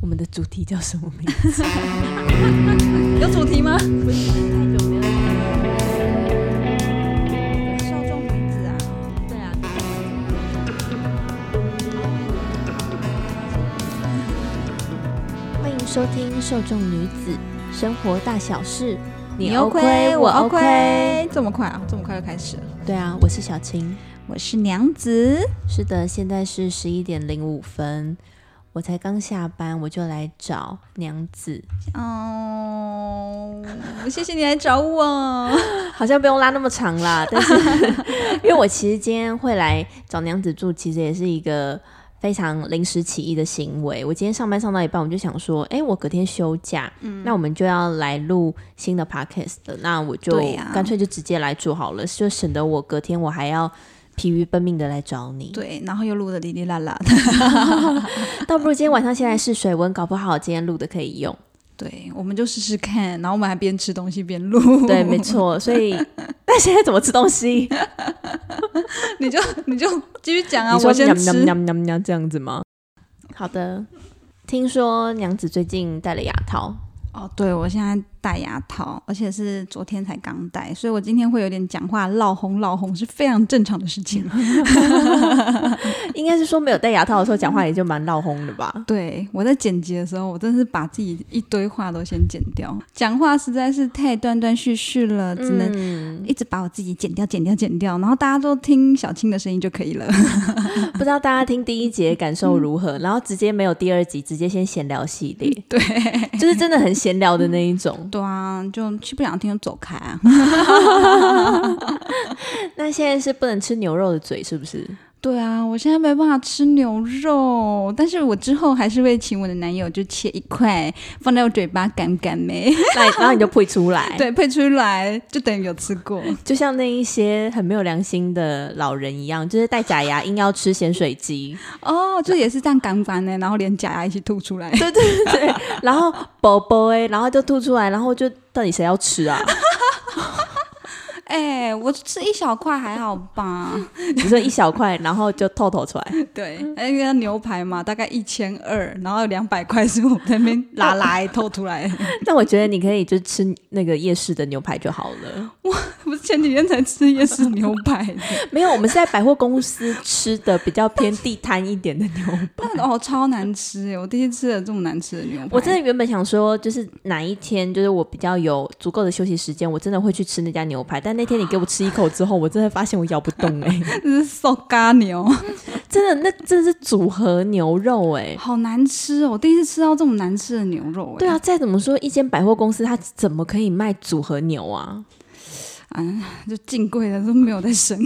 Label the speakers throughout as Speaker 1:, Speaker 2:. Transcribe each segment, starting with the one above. Speaker 1: 我们的主题叫什么名字？
Speaker 2: 有主题吗？
Speaker 1: 太久没有
Speaker 2: 受众名字啊，对啊，
Speaker 3: 欢迎收听《受众女子生活大小事》，
Speaker 2: 这么快啊，这么快就开始了。
Speaker 3: 对啊，我是小青。
Speaker 2: 我是娘子，
Speaker 3: 是的，现在是十一点零五分，我才刚下班，我就来找娘子，
Speaker 2: 哦，谢谢你来找 我。
Speaker 3: 好像不用拉那么长 啦。但是，因为我其实今天会来找娘子住，其实也是一个。非常临时起意的行为。我今天上班上到一半，我就想说，哎、我隔天休假，
Speaker 2: 嗯
Speaker 3: 那我们就要来录新的 podcast 了，那我就
Speaker 2: 对啊呀
Speaker 3: 干脆就直接来住好了，就省得我隔天我还要疲于奔命的来找你。
Speaker 2: 对，啊然后又录的哩哩啦啦的。
Speaker 3: 倒不如今天晚上先来试水温，搞不好今天录的可以 用。
Speaker 2: 对，我们就试试看，然后我们还边吃东西边录。
Speaker 3: 对， 没，错。所以，但现在怎么吃东西？
Speaker 2: 你就你就继续讲啊，
Speaker 3: 你说
Speaker 2: 我先
Speaker 3: 娘
Speaker 2: 吃
Speaker 3: 娘。娘娘娘这样子吗？好的。听说娘子最近戴了牙套，
Speaker 2: 哦，对，我现在戴牙套，而且是昨天才刚戴，所以我今天会有点讲话闹红闹红是非常正常的事情。
Speaker 3: 应该是说没有戴牙套的时候讲话也就蛮闹哄的吧。
Speaker 2: 对，我在剪辑的时候，我真是把自己一堆话都先剪掉，讲话实在是太断断续续了，只能
Speaker 3: 嗯，
Speaker 2: 一直把我自己剪掉、剪掉、剪掉，然后大家都听小青的声音就可以了。
Speaker 3: 不知道大家听第一节感受如何，然后直接没有第二集，直接先闲聊系 列，
Speaker 2: 对，
Speaker 3: 就是真的很闲聊的那一种。
Speaker 2: 对啊，就不想听就走开啊。
Speaker 3: 那现在是不能吃牛肉的嘴是不是？
Speaker 2: 对啊，我现在没办法吃牛肉，但是我之后还是会请我的男友就切一块放在我嘴巴擀擀没，
Speaker 3: 那你然后你就配出 来，
Speaker 2: 对，配出来就等于有吃过。
Speaker 3: 就像那一些很没有良心的老人一样，就是戴假牙硬要吃咸水鸡，
Speaker 2: 哦，就也是这样擀擀呢，然后连假牙一起吐出 来。
Speaker 3: 对对对，然后宝宝哎，然后就吐出来，然后就到底谁要吃 啊？
Speaker 2: 哎、我吃一小块还好吧？
Speaker 3: 你说一小块，然后就透透出来，
Speaker 2: 对，那个牛排嘛，大概一千二，然后两百块是我在那边拉来偷出来。
Speaker 3: 但我觉得你可以就吃那个夜市的牛排就好了。
Speaker 2: 不是前几天才吃夜市牛排的，
Speaker 3: 没有，我们是在百货公司吃的比较偏地摊一点的牛排。
Speaker 2: 那哦超难吃耶！我第一次吃了这么难吃的牛排，
Speaker 3: 我真的原本想说，就是哪一天，就是我比较有足够的休息时间，我真的会去吃那家牛排。但那天你给我吃一口之后，我真的发现我咬不动哎、
Speaker 2: 这是瘦咖牛，
Speaker 3: 真的，那真的是组合牛肉哎、
Speaker 2: 好难吃哦！我第一次吃到这么难吃的牛肉，哎
Speaker 3: 对，啊，再怎么说，一间百货公司它怎么可以卖组合牛啊？
Speaker 2: 就进柜的都没有在生。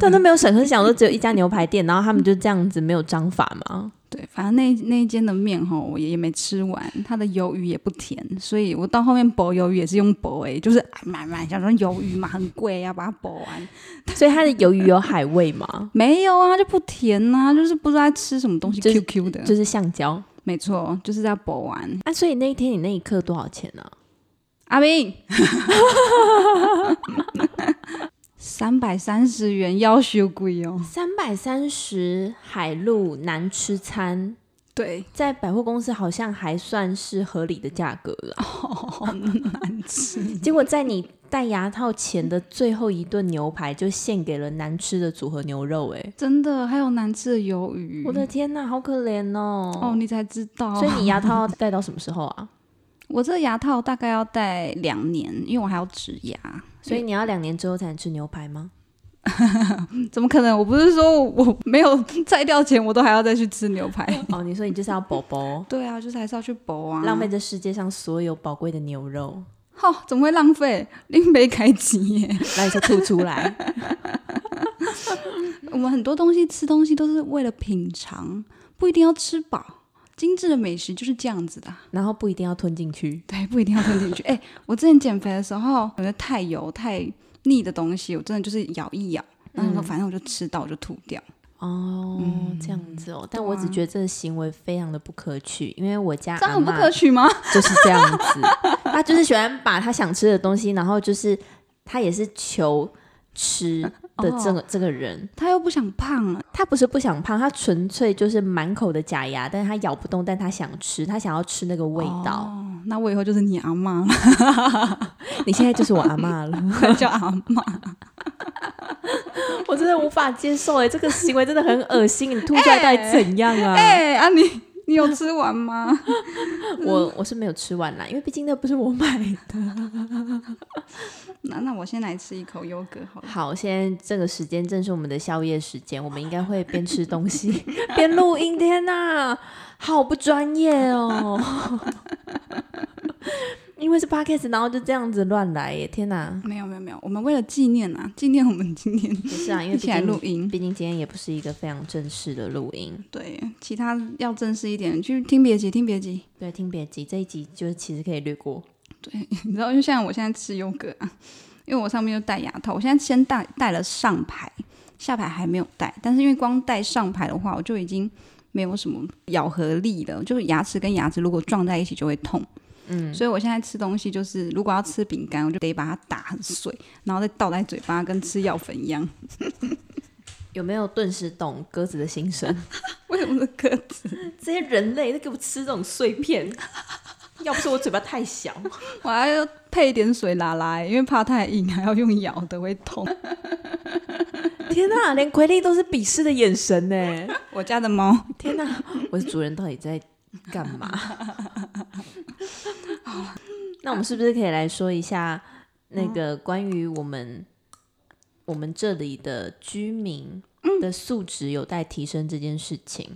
Speaker 3: 但都没有审核想说只有一家牛排店，然后他们就这样子没有章法嘛？
Speaker 2: 对，反正那那一间的面吼，我也也没吃完，它的鱿鱼也不甜，所以我到后面剥鱿鱼也是用剥诶，就是哎买买，想说鱿鱼嘛很贵，要把它剥完。
Speaker 3: 所以它的鱿鱼有海味嘛？
Speaker 2: 没有啊，它就不甜呐、就是不知道在吃什么东西
Speaker 3: 就是
Speaker 2: QQ 的，
Speaker 3: 就是橡胶
Speaker 2: 没错，就是在剥完。
Speaker 3: 啊，所以那一天你那一克多少钱呢、啊？
Speaker 2: 阿明，三百三十元要修贵哦。
Speaker 3: 三百三十海陆难吃餐，
Speaker 2: 对，
Speaker 3: 在百货公司好像还算是合理的价格了。
Speaker 2: 哦好难吃。
Speaker 3: 结果在你戴牙套前的最后一顿牛排，就献给了难吃的组合牛肉、欸。
Speaker 2: 真的，还有难吃的鱿鱼。
Speaker 3: 我的天哪，好可怜哦！
Speaker 2: 嗯哦，你才知道。
Speaker 3: 所以你牙套要戴到什么时候 啊？
Speaker 2: 我这牙套大概要戴两年，因为我还要植牙。
Speaker 3: 所以你要两年之后才能吃牛排 吗？
Speaker 2: 怎么可能？我不是说我没有 摘掉前，我都还要再去吃牛排。，
Speaker 3: 哦，你说你就是要宝宝
Speaker 2: 对啊，就是还是要去剥啊，
Speaker 3: 浪费这世界上所有宝贵的牛肉，
Speaker 2: 哈、哦怎么会浪费？另被开机耶！
Speaker 3: 那你就吐出来。
Speaker 2: 我们很多东西吃东西都是为了品尝，不一定要吃饱。精致的美食就是这样子的啊，
Speaker 3: 然后不一定要吞进去。
Speaker 2: 对，不一定要吞进去。 哎、我之前减肥的时候，我觉得太油太腻的东西，我真的就是咬一咬，然后反正我就吃到我就吐掉。
Speaker 3: 哦，
Speaker 2: 嗯
Speaker 3: 这样子哦，但我只觉得这个行为非常的不可取，因为我家
Speaker 2: 啊这样
Speaker 3: 阿
Speaker 2: 很不
Speaker 3: 嬷
Speaker 2: 可取吗？
Speaker 3: 就是这样子， 她就是喜欢把她想吃的东西，然后就是她也是求吃，的这
Speaker 2: 哦
Speaker 3: 个、这个人，
Speaker 2: 他又不想胖了，
Speaker 3: 他不是不想胖，他纯粹就是满口的假牙，但是他咬不动，但他想吃，他想要吃那个味道。
Speaker 2: 哦那我以后就是你阿妈了，
Speaker 3: 你现在就是我阿妈了，
Speaker 2: 叫阿妈。
Speaker 3: 我真的无法接受哎、这个行为真的很恶心，你吐出来到底怎样 啊？
Speaker 2: 哎、啊你，你有吃完吗？
Speaker 3: 我我是没有吃完啦，因为毕竟那不是我买的。
Speaker 2: 那那我先来吃一口优格好了。
Speaker 3: 好，现在这个时间正是我们的宵夜时间，我们应该会边吃东 西边录音。天哪，好不专业哦！ 因为是 podcast，然后就这样子乱来耶！天哪，
Speaker 2: 没有没有没有，我们为了纪念啊，纪念我们今天
Speaker 3: 不是啊，因为
Speaker 2: 一
Speaker 3: 毕
Speaker 2: 起来
Speaker 3: 竟
Speaker 2: 录音。
Speaker 3: 毕竟今天也不是一个非常正式的录音。
Speaker 2: 对，其他要正式一点，去听别集，听别集。
Speaker 3: 对，听别急，这一集就是其实可以略过。
Speaker 2: 你知道，就像我现在吃优格啊，因为我上面就戴牙套，我现在先戴戴了上排，下排还没有戴。但是因为光戴上排的话，我就已经没有什么咬合力了，就是牙齿跟牙齿如果撞在一起就会痛。
Speaker 3: 嗯，
Speaker 2: 所以我现在吃东西就是，如果要吃饼干，我就得把它打很碎，然后再倒在嘴巴，跟吃药粉一样。
Speaker 3: 有没有顿时懂鸽子的心声？
Speaker 2: 为什么是鸽子？
Speaker 3: 这些人类都给我吃这种碎 片，要不是我嘴巴太小。
Speaker 2: 我还要配一点水拉拉、因为怕太硬，还要用咬的会痛。
Speaker 3: 天哪，连奎利都是鄙视的眼神呢！
Speaker 2: 我家的猫
Speaker 3: 天哪，我的主人到底在干嘛？ 那我们是不是可以来说一下那个关于我们、我们这里的居民的素质有待提升这件事情？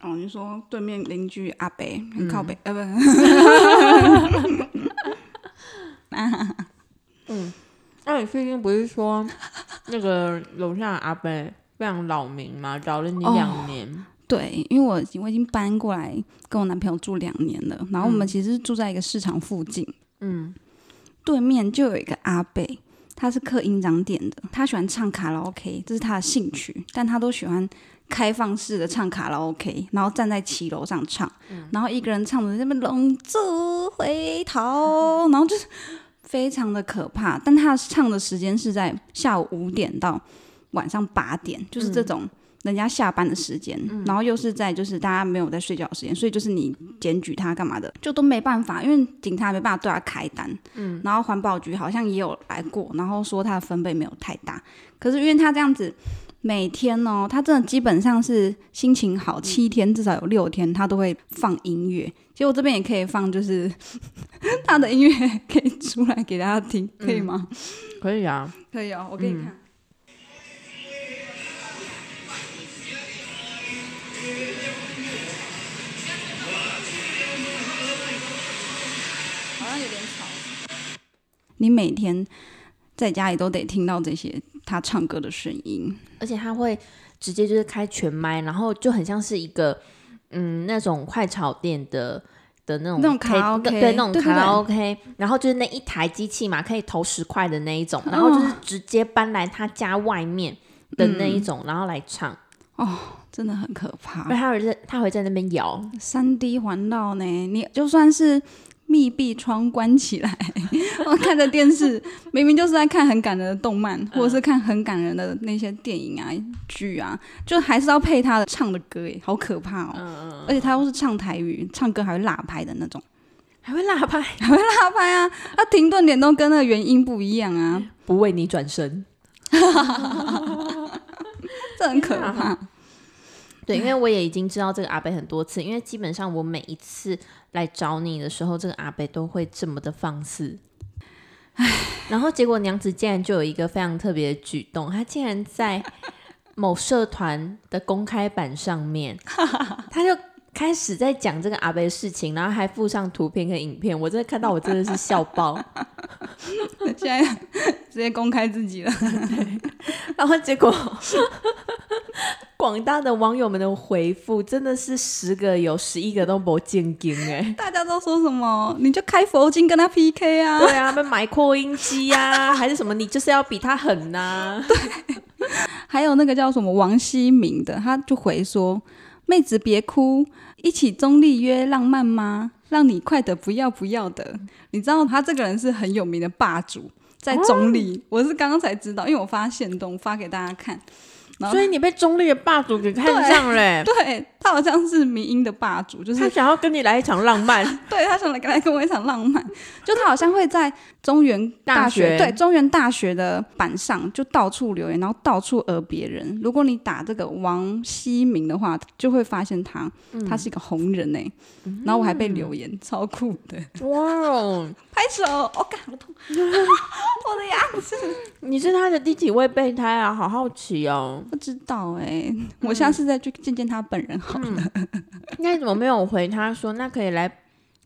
Speaker 2: 哦，你说对面邻居阿伯很靠北，呃、
Speaker 4: 那你最近不是说那个楼下的阿伯非常扰民吗？扰了你
Speaker 3: 哦
Speaker 4: 两年，
Speaker 2: 不，对，因为我我已经搬过来跟我男朋友住两年了，然后我们其实是住在一个市场附近，
Speaker 3: 嗯，
Speaker 2: 对面就有一个阿伯，他是刻音长点的，他喜欢唱卡拉 OK，这是他的兴趣，但他都喜欢开放式的唱卡拉 OK，然后站在骑楼上唱，然后一个人唱的那边龙珠回头，然后就是非常的可怕。但他唱的时间是在下午五点到晚上八点，就是这种。人家下班的时间，然后又是在就是大家没有在睡觉的时间，所以就是你检举他干嘛的，就都没办法，因为警察没办法对他开单。然后环保局好像也有来过，然后说他的分贝没有太大，可是因为他这样子每天哦，他真的基本上是心情好，七天至少有六天他都会放音乐。其实我这边也可以放，就是 他的音乐可以出来给大家听，可以吗？
Speaker 4: 可以啊。
Speaker 2: 可以哦，我给你看。好像有点吵。你每天在家里都得听到这些他唱歌的声音，
Speaker 3: 而且他会直接就是开全麦，然后就很像是一个嗯那种快炒店的。的那种
Speaker 2: 那种卡
Speaker 3: 以
Speaker 2: 拉 OK，
Speaker 3: 对那种
Speaker 2: 对对
Speaker 3: 卡拉
Speaker 2: 对
Speaker 3: OK，然后就是那一台机器嘛，可以投十块的那一种，然
Speaker 2: 哦
Speaker 3: 后就是直接搬来他家外面的那
Speaker 2: 嗯
Speaker 3: 一种，然后来唱，
Speaker 2: 啊真的很可怕
Speaker 3: 而。他会在他会在那边摇，
Speaker 2: 三 D 环绕呢，你就算是密闭窗关起来， 我看着电视，明明就是在看很感人的动漫，或者是看很感人的那些电影啊、剧啊，就还是要配他的唱的歌，哎，好可怕哦！而且他又是唱台语，唱歌还会拉拍的那种，
Speaker 3: 还会拉拍，
Speaker 2: 还会拉拍啊，他停顿点都跟那个原音不一样啊，
Speaker 3: 不为你转身。
Speaker 2: 这很可怕。
Speaker 3: 对，因为我也已经知道这个阿贝很多次，因为基本上我每一次来找你的时候，这个阿贝都会这么的放肆。然后结果娘子竟然就有一个非常特别的举动，她竟然在某社团的公开版上面，她就开始在讲这个阿贝的事情，然后还附上图片跟影片，我真的看到我真的是笑爆。
Speaker 2: 现在 直接公开自己了，。
Speaker 3: 然后结果，广大的网友们的回复真的是十个有十一个都没见经哎
Speaker 2: 大家都说什么？你就开佛经跟他 PK 啊！
Speaker 3: 对啊，被买扩音 机呀、还是什么？你就是要比他狠呐、
Speaker 2: 还有那个叫什么王希明的，他就回说：“妹子别哭，一起中立约浪漫吗？让你快得不要不要的。”你知道他这个人是很有名的霸主，在中立。我是刚刚才知道，因为我发现动发给大家看，然后
Speaker 4: 所以你被中立的霸主给看上了欸、
Speaker 2: 对他好像是迷音的霸主，就是
Speaker 4: 他想要跟你来一场浪漫，
Speaker 2: 对他想来来跟我一场浪漫，就他好像会在中原大
Speaker 4: 大学
Speaker 2: 学对中原大学的板上就到处留言，然后到处讹别人。如果你打这个王希明的话，就会发现他、他是一个红人哎、然后我还被留言，超酷的，
Speaker 4: 哇哦！
Speaker 2: 拍手，我、哦、干好 痛，我的牙，
Speaker 4: 你是他的第几位备胎啊？好好奇哦，
Speaker 2: 不知道哎、我下次再去见见他本人好了。
Speaker 4: 那你怎么没有回他说那可以来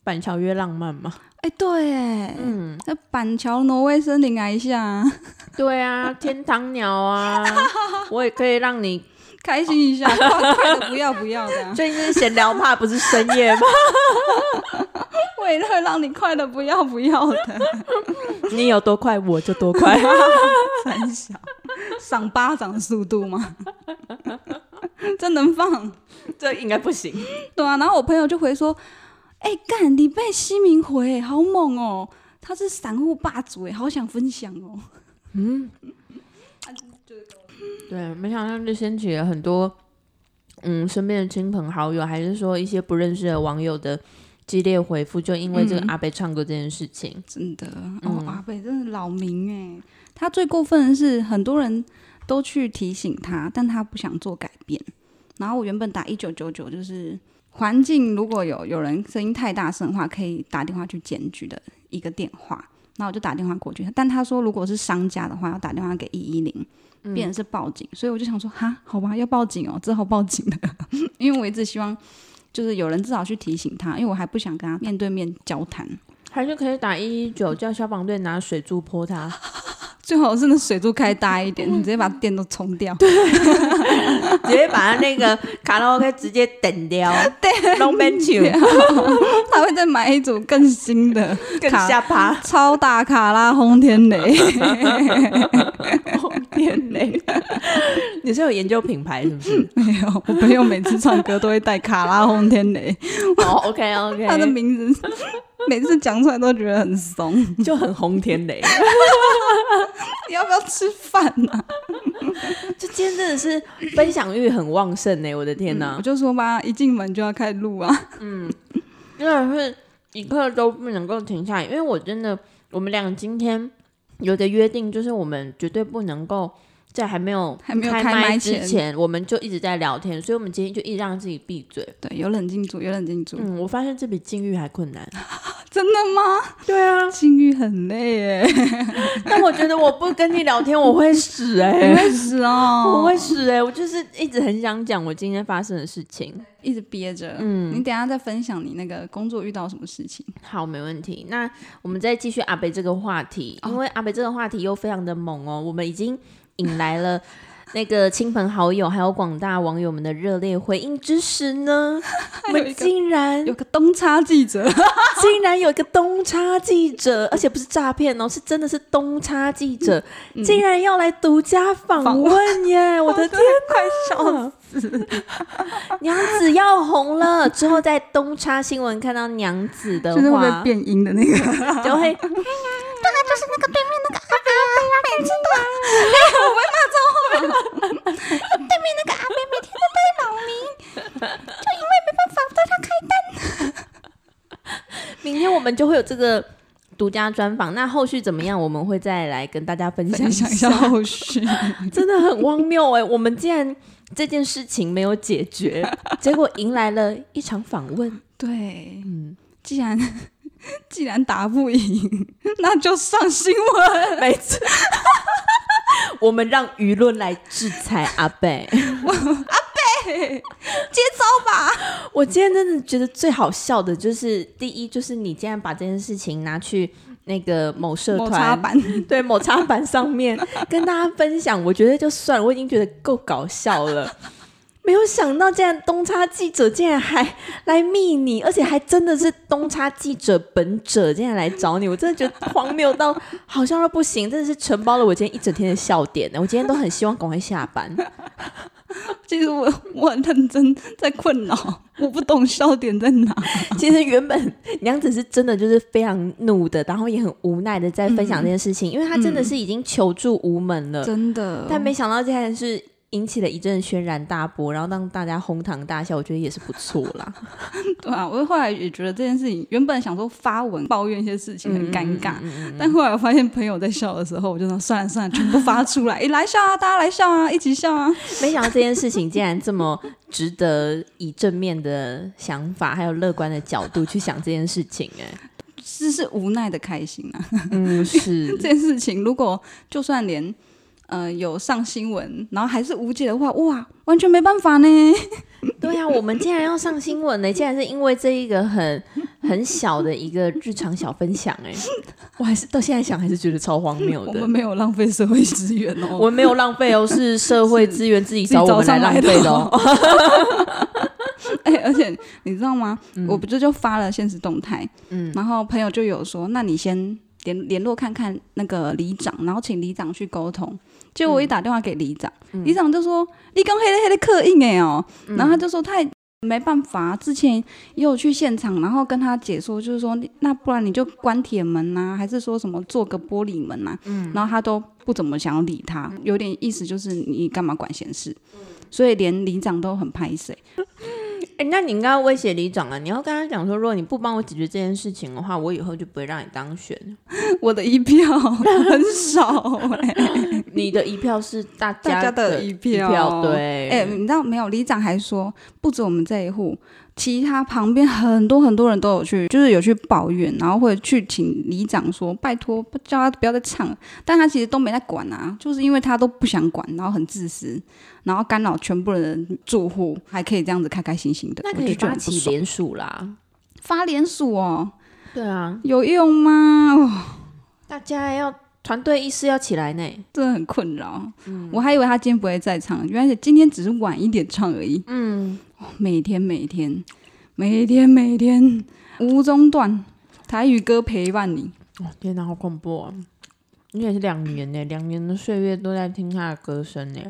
Speaker 4: 板桥约浪漫 吗？
Speaker 2: 哎、对哎，
Speaker 4: 嗯，
Speaker 2: 那板桥挪威森林来一下，
Speaker 4: 对啊，天堂鸟啊， 我也可以让你。
Speaker 2: 开心一下，快快的不要不要的啊、
Speaker 3: 最近是闲聊怕不是深 夜吗？
Speaker 2: 为了让你快的不要不要的，
Speaker 3: 你有多快我就多快。
Speaker 2: 三小赏巴掌的速度吗？ 真能放？
Speaker 3: 这应该不行。
Speaker 2: 对啊。然后我朋友就回说：“哎、干，你被西明回、好猛哦！他是散户霸主哎、好想分享哦。
Speaker 4: 对，没想到就掀起了很多，嗯，身边的亲朋好友，还是说一些不认识的网友的激烈回复，就因为这个
Speaker 2: 嗯
Speaker 4: 阿北唱歌这件事情”。
Speaker 2: 真的哦，阿北真的扰民哎、他最过分的是，很多人都去提醒他，但他不想做改变。然后我原本打一九九九，就是环境如果有有人声音太大声的话，可以打电话去检举的一个电话。那我就打电话过去，但他说如果是商家的话，要打电话给一一零，变成是报警。所以我就想说，哈，好吧，要报警哦，只好报警了。 因为我一直希望就是有人至少去提醒他，因为我还不想跟他面对面交谈。
Speaker 4: 还是可以打一一九，叫消防队拿水柱泼 他。
Speaker 2: 最好是那水柱开大一 点，你直接把电都冲掉。
Speaker 3: 直接把他那个卡拉 OK 直接等掉， 对，弄边球
Speaker 2: 他会再买一组更新的，
Speaker 3: 更
Speaker 2: 卡
Speaker 3: 下巴，
Speaker 2: 超大卡拉轰天 雷。
Speaker 3: 哦天 嘞！你是有研究品牌是不是？
Speaker 2: 没有，我朋友每次唱歌都会带卡拉轰天 雷，
Speaker 3: 哦，OK OK，
Speaker 2: 他的名字 每次讲出来都觉得很怂。
Speaker 3: 就很红天 雷。
Speaker 2: 你要不要吃饭呢、啊？
Speaker 3: 就今天真的是分享欲很旺盛呢，我的天哪
Speaker 2: 我！就说吧，一进门就要开始录啊。
Speaker 4: 真的是一刻都不能够停下来，因为我真的，我们俩今天有个约定，就是我们绝对不能够在还没有
Speaker 2: 还没有开
Speaker 4: 麦
Speaker 2: 麦
Speaker 4: 之
Speaker 2: 前
Speaker 4: 前，我们就一直在聊天，所以我们今天就一直让自己闭嘴。
Speaker 2: 对，有冷静组，有冷静组。
Speaker 4: 嗯，我发现这比禁欲还困难。
Speaker 2: 真的吗？
Speaker 4: 对啊，
Speaker 2: 性欲很累 耶，
Speaker 4: 但我觉得我不跟你聊天，我会死哎、
Speaker 2: 你 会死哦。
Speaker 4: 我会死哎、我就是一直很想讲我今天发生的事情。
Speaker 2: 一直憋着。
Speaker 4: 嗯
Speaker 2: 你等一下再分享你那个工作遇到什么事情。
Speaker 4: 好，没问题。那我们再继续阿北这个话题，
Speaker 2: 哦
Speaker 4: 因为阿北这个话题又非常的猛哦，我们已经引来 了那个亲朋好友还有广大网友们的热烈回应之时 呢，我
Speaker 2: 有
Speaker 4: 们
Speaker 2: 一个
Speaker 4: 竟然
Speaker 2: 有啊个东差记者，
Speaker 3: 竟然有一个东差记者，而且不是诈骗哦，是真的是东差记
Speaker 2: 嗯
Speaker 3: 者，竟然要来独家访问耶！我的天，快笑 死！娘子要红了，之后在东差新闻看到娘子的
Speaker 2: 就是会
Speaker 3: 话
Speaker 2: 被， 变音的那个。
Speaker 3: 就会
Speaker 2: 啊
Speaker 4: 明天我们就会有这个独家专访。那后续怎么样，我们会再来跟大家分享
Speaker 2: 分享一下后续。
Speaker 3: 真的很荒谬哎！我们竟然这件事情没有解决，结果迎来了一场访问。
Speaker 2: 对，
Speaker 4: 嗯，
Speaker 2: 既 然既然打不赢，那就上新闻。
Speaker 3: 没错，我们让舆论来制裁阿贝。
Speaker 2: 接招吧！
Speaker 3: 我今天真的觉得最好笑的就是，第一就是你竟然把这件事情拿去那个某社
Speaker 2: 摩擦
Speaker 3: 团，
Speaker 2: 版，
Speaker 3: 对某插板上面跟大家分享，我觉得就算了，我已经觉得够搞笑了。没有想到，竟然东差记者竟然还来密你，而且还真的是东差记者本者竟然来找你，我真的觉得荒谬到好笑到不行，真的是承包了我今天一整天的笑点呢。我今天都很希望赶快下班，
Speaker 2: 其实我我很认真在困 扰，我不懂笑点在哪。
Speaker 3: 其实原本娘子是真的就是非常怒的，然后也很无奈的在分享这件事情，因为她真的是已经求助无门了，
Speaker 2: 嗯真的，
Speaker 3: 但没想到竟然是。引起了一阵轩然大波，然后让大家哄堂大笑，我觉得也是不错啦。
Speaker 2: 对啊，我后来也觉得这件事情，原本想说发文抱怨一些事情很尴尬，
Speaker 3: 嗯嗯嗯嗯
Speaker 2: 但后来我发现朋友在笑的时候，我就说算了算了，全部发出来，诶来笑啊，大家来笑啊，一起笑啊。
Speaker 3: 没想到这件事情竟然这么值得以正面的想法，还有乐观的角度去想这件事情、哎，
Speaker 2: 是是无奈的开心啊。
Speaker 3: 嗯，是
Speaker 2: 这件事情如果就算连呃有上新闻，然后还是无解的话，哇，完全没办法呢。
Speaker 3: 对啊呀、我们竟然要上新闻呢、竟然是因为这一个很很小的一个日常小分享、哎， 我还是到现在想还是觉得超荒谬
Speaker 2: 我
Speaker 3: 的
Speaker 2: 们。没有浪费社会资源哦，
Speaker 3: 我们没有浪费哦，是社会资源自己找我们来浪费的哦。
Speaker 2: 哎、而且你知道吗？我不就就发了现实动态，嗯，然后朋友就有说，那你先联联络看看那个里长，然后请里长去沟通。结果我一打电话给里长，里长就说你刚黑的黑的刻印哎哦，然后他就说他也没办法，之前也有去现场，然后跟他解说，就是说那不然你就关铁门呐、还是说什么做个玻璃门呐、嗯，然后他都不怎么想要理他，有点意思就是你干嘛管闲事，所以连里长都很拍谁。
Speaker 4: 哎、那你应该要威胁里长啊！你要跟他讲说，如果你不帮我解决这件事情的话，我以后就不会让你当选。
Speaker 2: 我的一 票很少哎、
Speaker 4: 你的一票是大
Speaker 2: 大家的
Speaker 4: 的
Speaker 2: 一票
Speaker 4: 票，对，
Speaker 2: 哎、你知道没有？里长还说，不止我们这一户，其他旁边很多很多人都有去，就是有去抱怨，然后会去请里长说，拜托，不叫他不要再唱了。但他其实都没在管啊，就是因为他都不想管，然后很自私，然后干扰全部人的住户，还可以这样子开开心心的，
Speaker 3: 那
Speaker 2: 我
Speaker 3: 可
Speaker 2: 就
Speaker 3: 以
Speaker 2: 觉得
Speaker 3: 发
Speaker 2: 很不
Speaker 3: 起
Speaker 2: 爽。
Speaker 3: 联署啦。
Speaker 2: 发联署哦，
Speaker 4: 对啊，
Speaker 2: 有用吗？哦，
Speaker 4: 大家要
Speaker 3: 团队意识要起来呢。
Speaker 2: 真的很困扰。我还以为他今天不会再唱，原来是今天只是晚一点唱而已。哦
Speaker 4: 嗯，
Speaker 2: 每天每天每天每天无中断，台语歌陪伴你。
Speaker 4: 哦天哪，好恐怖、啊！
Speaker 2: 哦
Speaker 4: 你也是两年呢，两年的岁月都在听他的歌声呢。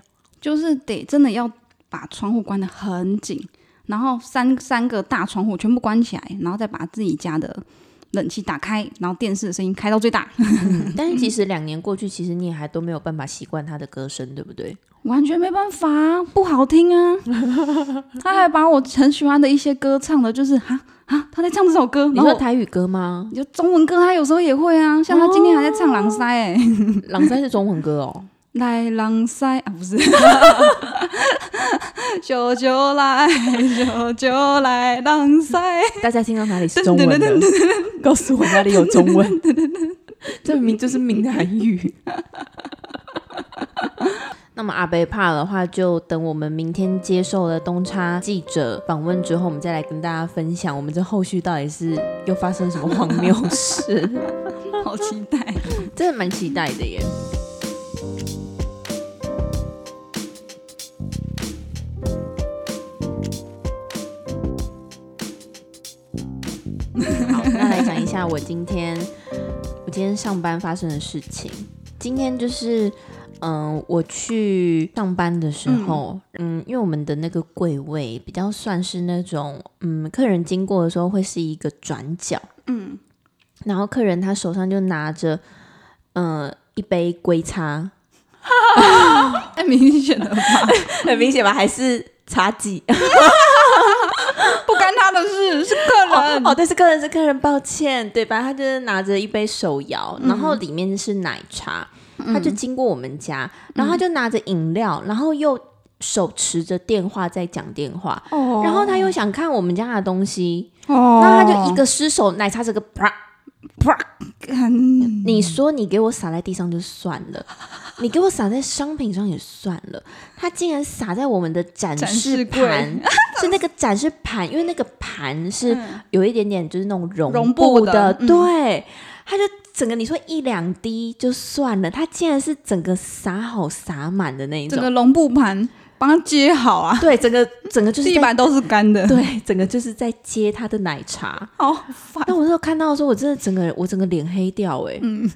Speaker 2: 就是得真的要把窗户关得很紧，然后三三个大窗户全部关起来，然后再把自己家的冷气打开，然后电视的声音开到最大，
Speaker 3: 但是其实两年过去，其实你也还都没有办法习惯他的歌声，对不对？
Speaker 4: 哦
Speaker 2: 完全没办法啊、不好听 啊！他还把我很喜欢的一些歌唱的，就是哈哈，他在唱这首歌，
Speaker 3: 你
Speaker 2: 然后
Speaker 3: 说
Speaker 2: 我
Speaker 3: 台语歌吗？
Speaker 2: 就中文歌，他有时候也会啊，像他今天还在唱《狼塞》哎，
Speaker 3: 哦朗山是中文歌哦，
Speaker 2: 来狼塞啊，不是，九九来，九九来狼塞，
Speaker 3: 大家听到哪里是中文的？告诉我哪里有中文？ 这明明就是闽南语。 那么阿北怕的话，就等我们明天接受了东差记者访问之后，我们再来跟大家分享我们这后续到底是又发生什么荒谬事。
Speaker 2: 好期待。
Speaker 3: 真的蛮期待的耶。好，那来讲一下我今天我今天上班发生的事情。今天就是，嗯、我去上班的时候，嗯因为我们的那个柜位比较算是那种，嗯，客人经过的时候会是一个转角，
Speaker 2: 嗯，
Speaker 3: 然后客人他手上就拿着，嗯、一杯龟茶，
Speaker 2: 太明显了吧？
Speaker 3: 很明显吧？还是茶几？
Speaker 2: 不干他的事，是客
Speaker 3: 哦
Speaker 2: 人。
Speaker 3: 哦，但是客人是客人，抱歉，对吧？他就是拿着一杯手摇，然后里面是奶茶，他就经过我们家，然后他就拿着饮料，然后又手持着电话在讲电话，
Speaker 2: 哦
Speaker 3: 然后他又想看我们家的东西，
Speaker 2: 哦
Speaker 3: 那他就一个失手，奶茶整个啪啪
Speaker 2: 很
Speaker 3: 你说你给我洒在地上就算了，你给我洒在商品上也算了，他竟然洒在我们的展
Speaker 2: 展
Speaker 3: 示
Speaker 2: 示
Speaker 3: 盘，
Speaker 2: 柜
Speaker 3: 是那个展示盘，因为那个盘是有一点点就是那种绒
Speaker 2: 嗯绒
Speaker 3: 布
Speaker 2: 布
Speaker 3: 的，
Speaker 2: 的嗯
Speaker 3: 对，他就整个你说一两滴就算了，他竟然是整个洒好洒满的那一
Speaker 2: 整
Speaker 3: 种。
Speaker 2: 个龙布盘。帮他接好啊，
Speaker 3: 对，整个整个就是
Speaker 2: 地
Speaker 3: 在
Speaker 2: 板都是干的，，
Speaker 3: 对，整个就是在接他的奶茶。
Speaker 2: 好烦。
Speaker 3: 那我那时候看到的时候，我真的整个我整个脸黑掉哎、 嗯，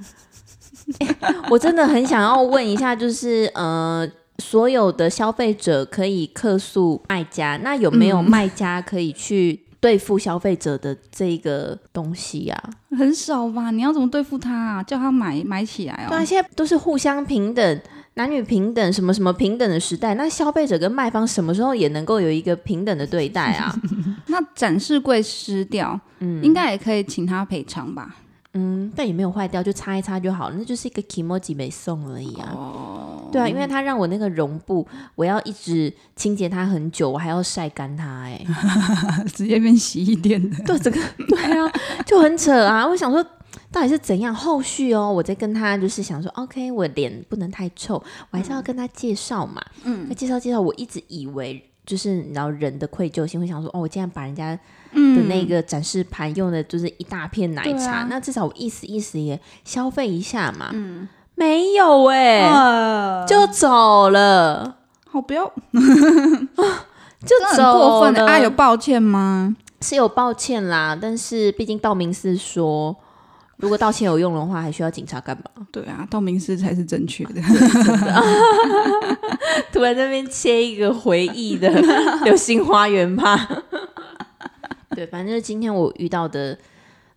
Speaker 3: 我真的很想要问一下，就是呃，所有的消费者可以客诉卖家，那有没有
Speaker 2: 嗯
Speaker 3: 卖家可以去对付消费者的这个东西呀、啊？
Speaker 2: 很少吧？你要怎么对付他啊？叫他买买起来
Speaker 3: 对啊，
Speaker 2: 哦。
Speaker 3: 现在都是互相平等、男女平等、什么什么平等的时代，那消费者跟卖方什么时候也能够有一个平等的对待 啊？
Speaker 2: 那展示柜湿掉，
Speaker 3: 嗯
Speaker 2: 应该也可以请他赔偿吧？
Speaker 3: 嗯，但也没有坏掉，就擦一擦就好了，那就是一个 kimoji 没送而已啊。
Speaker 2: 哦，
Speaker 3: 对啊，因为它让我那个绒布，我要一直清洁它很久，我还要晒干它、 欸，哎，
Speaker 2: 直接变洗衣店的。
Speaker 3: 对，这个对啊，就很扯啊。我想说，到底是怎样？后续哦，我在跟他就是想说，OK，我脸不能太臭，我还是要跟他介绍嘛。
Speaker 2: 嗯
Speaker 3: 那介绍介绍，我一直以为就是你知道人的愧疚心，会想说哦，我竟然把人家的
Speaker 2: 嗯
Speaker 3: 那个展示盘用的就是一大片奶
Speaker 2: 对
Speaker 3: 茶，
Speaker 2: 啊
Speaker 3: 那至少我意思意思也消费一下嘛。
Speaker 2: 嗯
Speaker 3: 没有哎、
Speaker 2: 呃，
Speaker 3: 就走了，
Speaker 2: 好不要，
Speaker 3: 就
Speaker 2: 这很
Speaker 3: 走
Speaker 2: 过分的
Speaker 3: 了
Speaker 2: 啊！有抱歉吗？
Speaker 3: 是有抱歉啦，但是毕竟道明寺说。如果道歉有用的话，还需要警察干嘛？
Speaker 2: 对啊，道明寺才是正确 的。
Speaker 3: 突然那边切一个回忆的 流星花园吧。对，反正就是今天我遇到的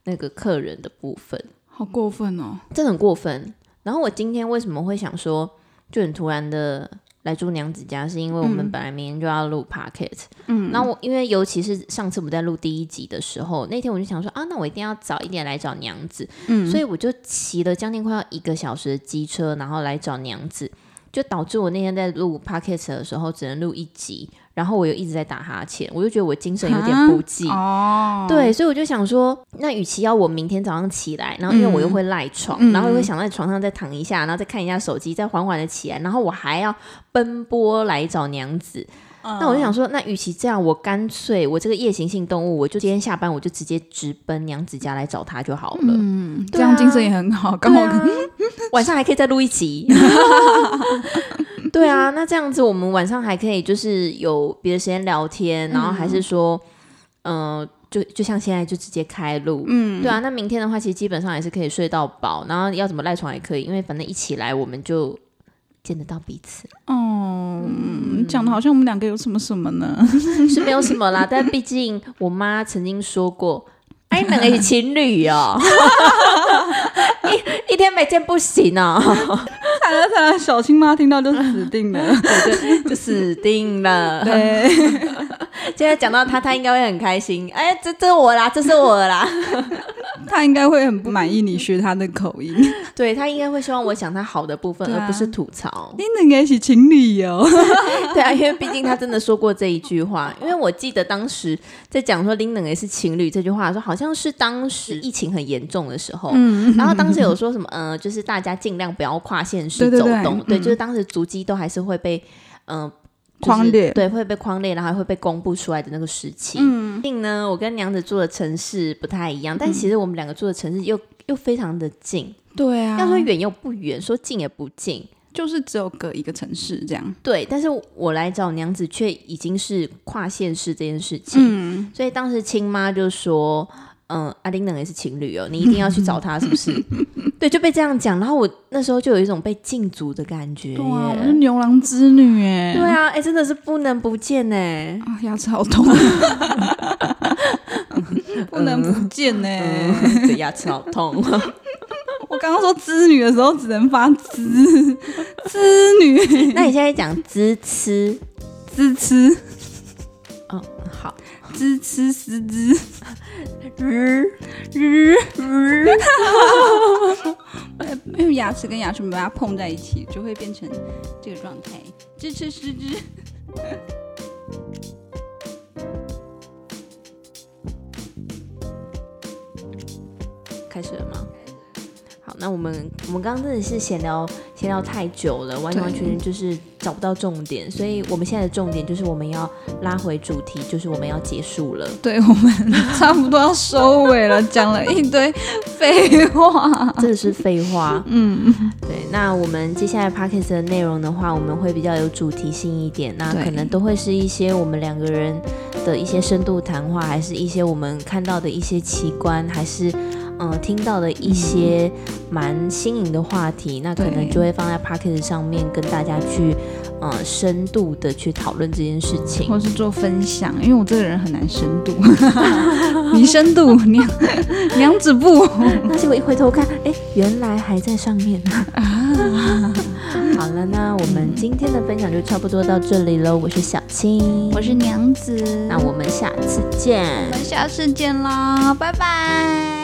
Speaker 3: 那个客人的部分。
Speaker 2: 好过分哦！
Speaker 3: 真的很过分。然后我今天为什么会想说，就很突然的来住娘子家，是因为我们
Speaker 2: 嗯
Speaker 3: 本来明天就要录 Pocket，
Speaker 2: 嗯，
Speaker 3: 那、我因为尤其是上次我们在录第一集的时候，那天我就想说啊，那我一定要早一点来找娘子，
Speaker 2: 嗯
Speaker 3: 所
Speaker 2: 以
Speaker 3: 以我就骑了将近快要一个小时的机车，然后来找娘子，就导致我那天在录 Pocket 的时候只能录一集，然后我又一直在打哈欠，我就觉得我精神有点不济。
Speaker 2: 哦，
Speaker 3: 对，所以我就想说，那与其要我明天早上起来，然后因为我又会赖床，
Speaker 2: 嗯
Speaker 3: 然后又会想在床上再躺一下，然后再看一下手机，再缓缓的起来，然后我还要奔波来找娘子。
Speaker 2: 嗯
Speaker 3: 那我就想说，那与其这样，我干脆我这个夜行性动物，我就今天下班我就直接直奔娘子家来找她就好了。
Speaker 2: 嗯，这
Speaker 3: 对啊
Speaker 2: 样精神也很好，刚
Speaker 3: 对
Speaker 2: 好
Speaker 3: 啊，晚上还可以再录一 集。对啊，那这样子我们晚上还可以就是有别的时间聊天，然后还是说，嗯、就就像现在就直接开录。
Speaker 2: 嗯，
Speaker 3: 对啊，那明天的话，其实基本上也是可以睡到饱，然后要怎么赖床也可以，因为反正一起来我们就见得到彼 此，
Speaker 2: 哦，嗯讲的好像我们两个有什么什么 呢？
Speaker 3: 是没有什么啦。但毕竟我妈曾经说过，哎，你们两个是情侣 哦，一一天没见不行哦。
Speaker 2: 惨了惨了，小青妈听到就死定了。
Speaker 3: 对，就就死定了。
Speaker 2: 对，
Speaker 3: 现在讲到他，他应该会很开心。哎，这这我啦，这是我啦。
Speaker 2: 她应该会很不满意你学她的口音。
Speaker 3: 对他应该会希望我讲他好的部分，
Speaker 2: 对啊
Speaker 3: 而不是吐槽。
Speaker 2: 你能给起情侣 哦？
Speaker 3: 对啊，因为毕竟他真的说过这一句话。因为我记得当时在讲说林冷也是情侣这句话的时候，好像是当时疫情很严重的时候。
Speaker 2: 嗯，
Speaker 3: 然后当时有说什么，呃，就是大家尽量不要跨县市
Speaker 2: 对对
Speaker 3: 走
Speaker 2: 对
Speaker 3: 动，对，
Speaker 2: 嗯
Speaker 3: 就是当时足迹都还是会被，嗯、就是
Speaker 2: 框列
Speaker 3: 对，会被框列，然后还会被公布出来的那个时期。
Speaker 2: 嗯
Speaker 3: 毕竟呢，我跟娘子住的城市不太一样，但其实我们两个住的城市又又非常的近，
Speaker 2: 对啊，
Speaker 3: 要说远又不远，说近也不近。
Speaker 2: 就是只有隔一个城市这样。
Speaker 3: 对，但是我来找娘子却已经是跨县市这件事情，
Speaker 2: 嗯，
Speaker 3: 所以当时亲妈就说：“嗯，阿玲冷也是情侣哦，你一定要去找她，是不是？” 对，就被这样讲，然后我那时候就有一种被禁足的感觉耶。
Speaker 2: 对啊，我是牛郎织女哎。
Speaker 3: 对啊，哎、真的是不能不见呢、
Speaker 2: 啊，牙齿 好痛，不能不见 呢、
Speaker 3: 嗯，对，牙齿好痛。哦
Speaker 2: 我刚刚说织女的时候，只能发织织女
Speaker 3: 那你现在讲支吃，
Speaker 2: 织织
Speaker 3: 嗯，好，
Speaker 2: 织织丝织
Speaker 3: 日
Speaker 2: 日，
Speaker 3: 日。
Speaker 2: 因为牙齿跟牙齿没办法碰在一起，就会变成这个状态，支持失之。
Speaker 3: 开始了吗？好，那我们我们刚刚真的是闲聊闲聊太久了，完完全全就是找不到重点，所以我们现在的重点就是我们要拉回主题，就是我们要结束了。
Speaker 2: 对我们差不多要收尾了，讲了一堆废话。，
Speaker 3: 这是废话
Speaker 2: 嗯，
Speaker 3: 对，那我们接下来 p o c k e t 的内容的话，我们会比较有主题性一点，那
Speaker 2: 对
Speaker 3: 可能都会是一些我们两个人的一些深度谈话，还是一些我们看到的一些奇观，还是嗯、呃听到的一些
Speaker 2: 嗯
Speaker 3: 蛮新颖的话题，那可能
Speaker 2: 对
Speaker 3: 就会放在 p o c k e t 上面跟大家去嗯、呃深度的去讨论这件事情。
Speaker 2: 或是做分享，因为我这个人很难深 度，你深度娘娘子不，
Speaker 3: 那结果一回头看，哎，原来还在上面。 好了，那我们今天的分享就差不多到这里喽。我是小青，
Speaker 2: 我是娘子，
Speaker 3: 那我们下次见。
Speaker 2: 们下次见啦，拜拜。